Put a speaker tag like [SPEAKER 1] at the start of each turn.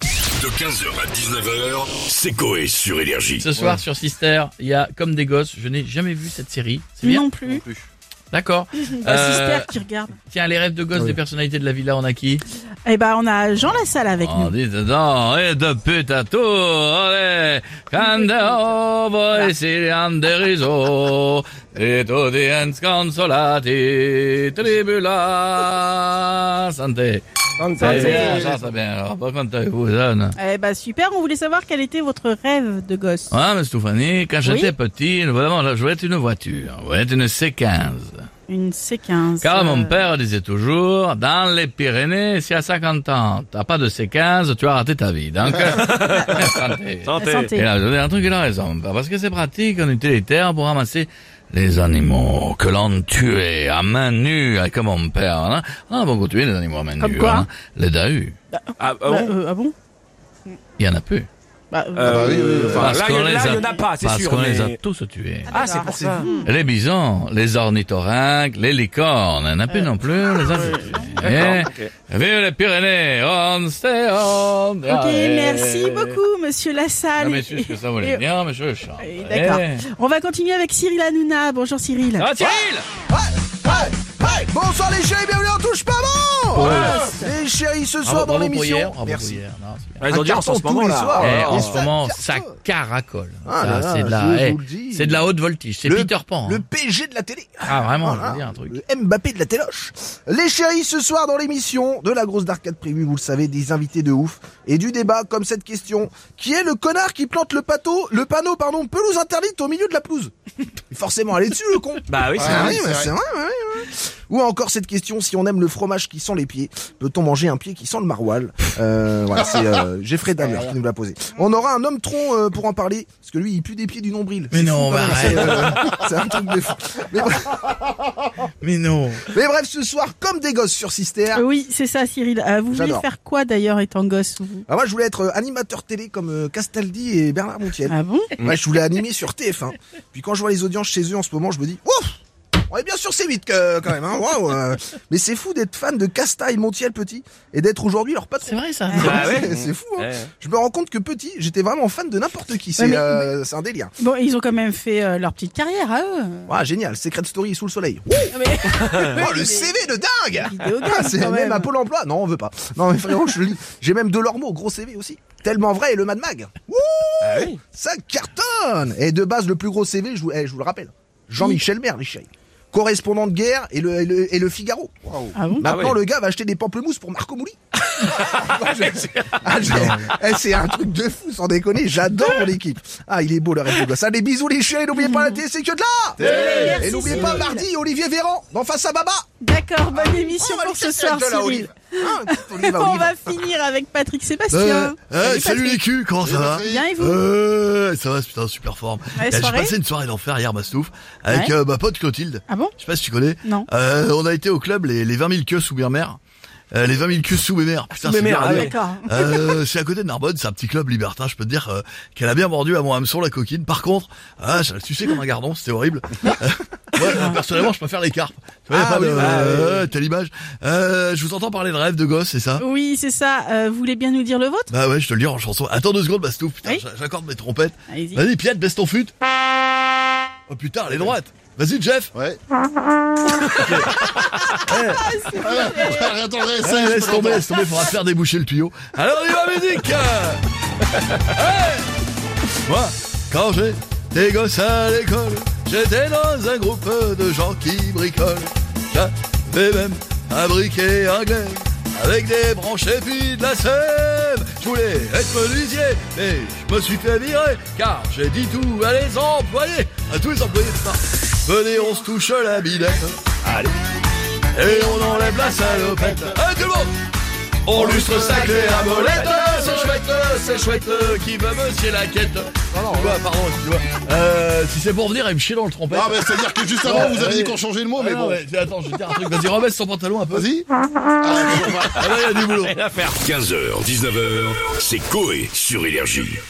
[SPEAKER 1] De 15h à 19h, c'est Coé sur Énergie.
[SPEAKER 2] Ce soir sur Sister, il y a Comme des gosses. Je n'ai jamais vu cette série. C'est bien
[SPEAKER 3] Non plus.
[SPEAKER 2] D'accord.
[SPEAKER 3] Bah,
[SPEAKER 2] Euh,
[SPEAKER 3] Sister qui regarde.
[SPEAKER 2] Tiens, les rêves de gosses des personnalités de la villa, on a qui
[SPEAKER 3] Eh ben, on a Jean Lassalle avec
[SPEAKER 2] Oh,
[SPEAKER 3] nous.
[SPEAKER 2] dis dedans, et de pute à tout, allez, quando voi siete riso, et audience consolati, tribula, santé. C'est bien, ça, c'est bien. Alors, par contre, vous, Anne.
[SPEAKER 3] Eh ben, super. On voulait savoir quel était votre rêve de gosse.
[SPEAKER 2] Ah, mais Stéphanie, quand j'étais
[SPEAKER 3] Oui.
[SPEAKER 2] petit, vraiment, là, je voulais être une voiture, je voulais être une C15.
[SPEAKER 3] Une C15.
[SPEAKER 2] Car mon
[SPEAKER 3] euh,
[SPEAKER 2] père disait toujours, dans les Pyrénées, si à 50 ans, t'as pas de C15, tu as raté ta vie. Donc, santé.
[SPEAKER 3] la santé.
[SPEAKER 2] Et là, je dis un truc, il a raison. Bah, Parce que c'est pratique en utilitaire pour ramasser les animaux que l'on tuait à main nue, avec mon père. hein. On a beaucoup tué les animaux à main
[SPEAKER 3] Comme
[SPEAKER 2] nue.
[SPEAKER 3] quoi
[SPEAKER 2] hein. Les dahus,
[SPEAKER 4] Ah, ah
[SPEAKER 3] bah,
[SPEAKER 2] oh.
[SPEAKER 4] bon
[SPEAKER 3] euh, ah bon
[SPEAKER 2] il y en a plus.
[SPEAKER 3] Bah, euh,
[SPEAKER 4] Euh, enfin,
[SPEAKER 2] Parce
[SPEAKER 4] là,
[SPEAKER 2] qu'on
[SPEAKER 4] il y en-
[SPEAKER 2] les
[SPEAKER 4] là,
[SPEAKER 2] a-
[SPEAKER 4] il n'y en a pas, c'est
[SPEAKER 2] Parce
[SPEAKER 4] sûr.
[SPEAKER 2] qu'on les a
[SPEAKER 4] mais-
[SPEAKER 2] tous tués.
[SPEAKER 4] Ah, c'est pour ça.
[SPEAKER 2] Les bisons, les ornithorynques, les licornes, il n'y en a plus non plus. On les a tous tués. Eh,
[SPEAKER 4] D'accord, ok.
[SPEAKER 2] Vive les Pyrénées, on sait, on
[SPEAKER 3] ok, merci beaucoup, monsieur
[SPEAKER 2] Ah,
[SPEAKER 3] Lassalle.
[SPEAKER 2] Non, Ah, mais c'est ce que ça voulait
[SPEAKER 3] Et-
[SPEAKER 2] dire, monsieur le chant.
[SPEAKER 3] et- D'accord. On va continuer avec Cyril Hanouna. Bonjour Cyril.
[SPEAKER 2] Ah, Cyril
[SPEAKER 5] Bonsoir les chéris, bienvenue en touche pas bon Ah, Les chéris ce
[SPEAKER 2] Ah,
[SPEAKER 5] soir dans l'émission.
[SPEAKER 2] Merci.
[SPEAKER 5] Merci.
[SPEAKER 4] Ah, Ils ont dit en ce
[SPEAKER 5] carton tous
[SPEAKER 4] moment
[SPEAKER 5] les
[SPEAKER 4] là.
[SPEAKER 5] soirs.
[SPEAKER 2] Eh, en
[SPEAKER 5] Ah,
[SPEAKER 2] ce moment,
[SPEAKER 5] ça-
[SPEAKER 2] ça caracole.
[SPEAKER 5] Ah
[SPEAKER 2] Ça,
[SPEAKER 5] là là,
[SPEAKER 2] c'est de
[SPEAKER 5] je
[SPEAKER 2] la, eh,
[SPEAKER 5] vous le dis.
[SPEAKER 2] c'est de la haute voltige. C'est
[SPEAKER 5] Le-
[SPEAKER 2] Peter Pan.
[SPEAKER 5] Le
[SPEAKER 2] hein.
[SPEAKER 5] PG de la télé.
[SPEAKER 2] Ah, vraiment, je
[SPEAKER 5] Voilà.
[SPEAKER 2] veux dire un truc.
[SPEAKER 5] Le Mbappé de la téloche. Les chéris ce soir dans l'émission de la grosse d'arcade prévue, vous le savez, des invités de ouf et du débat comme cette question qui est le connard qui plante le pâteau, le panneau pardon, pelouse interdite au milieu de la pelouse. Forcément, allez dessus le con.
[SPEAKER 4] Bah oui, c'est
[SPEAKER 5] Ah
[SPEAKER 4] vrai.
[SPEAKER 5] oui, bah, c'est vrai, ouais, ouais. Ou encore cette question, si on aime le fromage qui sent les pieds, peut-on manger un pied qui sent le maroilles euh, Voilà, c'est euh, Geoffrey Dahmer qui nous l'a posé. On aura un homme tronc euh, pour en parler, parce que lui, il pue des pieds du nombril.
[SPEAKER 2] Mais
[SPEAKER 5] C'est
[SPEAKER 2] non,
[SPEAKER 5] fou,
[SPEAKER 2] bah,
[SPEAKER 5] quand même, c'est, euh, c'est un truc de fou. Mais, bref-
[SPEAKER 2] Mais non.
[SPEAKER 5] mais bref, ce soir, comme des gosses sur Sister.
[SPEAKER 3] Euh, Oui, c'est ça, Cyril. Euh, vous voulez
[SPEAKER 5] J'adore.
[SPEAKER 3] faire quoi d'ailleurs étant gosse vous
[SPEAKER 5] Ah, moi, je voulais être euh, animateur télé comme euh, Castaldi et Bernard Montiel.
[SPEAKER 3] Ah bon
[SPEAKER 5] Ouais, je voulais animer sur TF1. Puis quand je vois les audiences chez eux en ce moment, je me dis, ouf on est bien sûr c'est vite que, quand même, hein, waouh, euh. Mais c'est fou d'être fan de Casta et Montiel Petit et d'être aujourd'hui leur
[SPEAKER 2] C'est
[SPEAKER 5] patron.
[SPEAKER 2] vrai, ça.
[SPEAKER 3] Ah.
[SPEAKER 4] Bah ouais.
[SPEAKER 5] C'est- c'est fou. hein.
[SPEAKER 4] Ouais.
[SPEAKER 5] Je me rends compte que Petit, j'étais vraiment fan de n'importe qui. C'est
[SPEAKER 3] Ouais, mais-
[SPEAKER 5] euh, c'est un délire.
[SPEAKER 3] Bon, ils ont quand même fait euh, leur petite carrière à eux.
[SPEAKER 5] Ouah, génial, Secret Story sous le soleil.
[SPEAKER 3] Oh,
[SPEAKER 5] Ouah, le CV de dingue
[SPEAKER 3] Vidéogame,
[SPEAKER 5] Ah, c'est
[SPEAKER 3] quand
[SPEAKER 5] même,
[SPEAKER 3] même.
[SPEAKER 5] à Pôle emploi. Non, on veut pas. Non, mais frérot, je le lis. J'ai même Delormeau, gros CV aussi. Tellement vrai, et le Mad Mag. Wouh
[SPEAKER 4] bah
[SPEAKER 5] Ça cartonne Et de base, le plus gros CV, je vous, eh, je vous le rappelle. Jean-Michel Maire, les chéris. Correspondant de guerre et le, et le, et le Figaro.
[SPEAKER 3] Ah bon
[SPEAKER 5] Maintenant,
[SPEAKER 4] Ah ouais.
[SPEAKER 5] le gars va acheter des pamplemousses pour Marco Mouli. Ah, je- eh, c'est un truc de fou, sans déconner. J'adore mon équipe. Ah, il est beau le reste de gosse. Allez, bisous les chéris. N'oubliez pas la télé, c'est que de là. et
[SPEAKER 3] Merci,
[SPEAKER 5] n'oubliez pas
[SPEAKER 3] Cyril.
[SPEAKER 5] mardi, Olivier Véran, dans Face à Baba.
[SPEAKER 3] D'accord, bonne émission
[SPEAKER 5] Oh,
[SPEAKER 3] pour ce
[SPEAKER 5] Olivier,
[SPEAKER 3] soir,
[SPEAKER 5] de la
[SPEAKER 3] Cyril.
[SPEAKER 5] Olive. Hein, Olive à
[SPEAKER 3] On
[SPEAKER 5] Olive.
[SPEAKER 3] va finir avec Patrick Sébastien.
[SPEAKER 6] Euh, hey, salut les
[SPEAKER 3] Patrick.
[SPEAKER 6] culs, comment ça va
[SPEAKER 3] Bien et vous
[SPEAKER 6] euh, Ça va, putain, super forme.
[SPEAKER 3] Ouais,
[SPEAKER 6] Eh, J'ai
[SPEAKER 3] soirée
[SPEAKER 6] passé une soirée d'enfer hier, Mastouf, avec
[SPEAKER 3] Ouais.
[SPEAKER 6] euh, ma pote Clotilde.
[SPEAKER 3] Ah bon
[SPEAKER 6] Je sais pas si tu connais.
[SPEAKER 3] Non.
[SPEAKER 6] Euh, on a été au club les, les 20 000 queues sous mer Euh, les 20 000 queues sous mer Putain,
[SPEAKER 4] sous
[SPEAKER 6] c'est
[SPEAKER 4] Bémère,
[SPEAKER 6] dur à
[SPEAKER 4] ah
[SPEAKER 6] dire.
[SPEAKER 4] ouais.
[SPEAKER 3] D'accord.
[SPEAKER 6] Euh, c'est à côté de Narbonne, c'est un petit club libertin, je peux te dire euh, qu'elle a bien mordu à mon hameçon la coquine. Par contre, ah, je la suçais comme un gardon, c'était horrible. Euh, moi, personnellement, je préfère les carpes. Tu vois, y a
[SPEAKER 5] Ah
[SPEAKER 6] pas de-
[SPEAKER 5] oui, bah,
[SPEAKER 6] euh, t'as l'image. Euh, je vous entends parler de rêve de gosse, c'est ça
[SPEAKER 3] Oui, c'est ça. Euh, vous voulez bien nous dire le vôtre
[SPEAKER 6] Bah ouais, je te le dis en chanson. Attends deux secondes, Bastouf, putain,
[SPEAKER 3] Oui.
[SPEAKER 6] j'a- j'accorde mes trompettes.
[SPEAKER 3] Allez-y.
[SPEAKER 6] Vas-y, Piette, baisse ton fut. Oh putain, elle est droite. Vas-y, Jeff. Eh.
[SPEAKER 7] Ouais.
[SPEAKER 6] Attends, laisse tomber, laisse tomber, faudra faire déboucher le tuyau. Alors, on y va, musique Hey Moi, quand j'étais gosse à l'école, j'étais dans un groupe de gens qui bricolent. J'avais même un briquet anglais avec des branches et puis de la sève. Je voulais être menuisier, mais je me suis fait virer car j'ai dit tout à les employés, à tous les employés de ça. Venez, on se touche la bidette. Allez. Et on enlève la salopette. Allez, tout le monde on lustre sa clé à molette, c'est chouette, c'est chouette, qui veut monsieur la quête. Pardon, pardon, excuse-moi. Euh, si c'est pour venir et me chier dans le trompette.
[SPEAKER 7] Non, mais c'est-à-dire que juste avant, vous aviez dit qu'on changeait le mot, mais
[SPEAKER 6] Ah non,
[SPEAKER 7] bon.
[SPEAKER 6] mais attends, je vais te dire un truc. Vas-y, rebaisse ton pantalon un peu.
[SPEAKER 7] Vas-y.
[SPEAKER 6] Ah, là, il y a du boulot.
[SPEAKER 4] Rien à faire.
[SPEAKER 1] 15h, 19h, c'est Coé sur Énergie.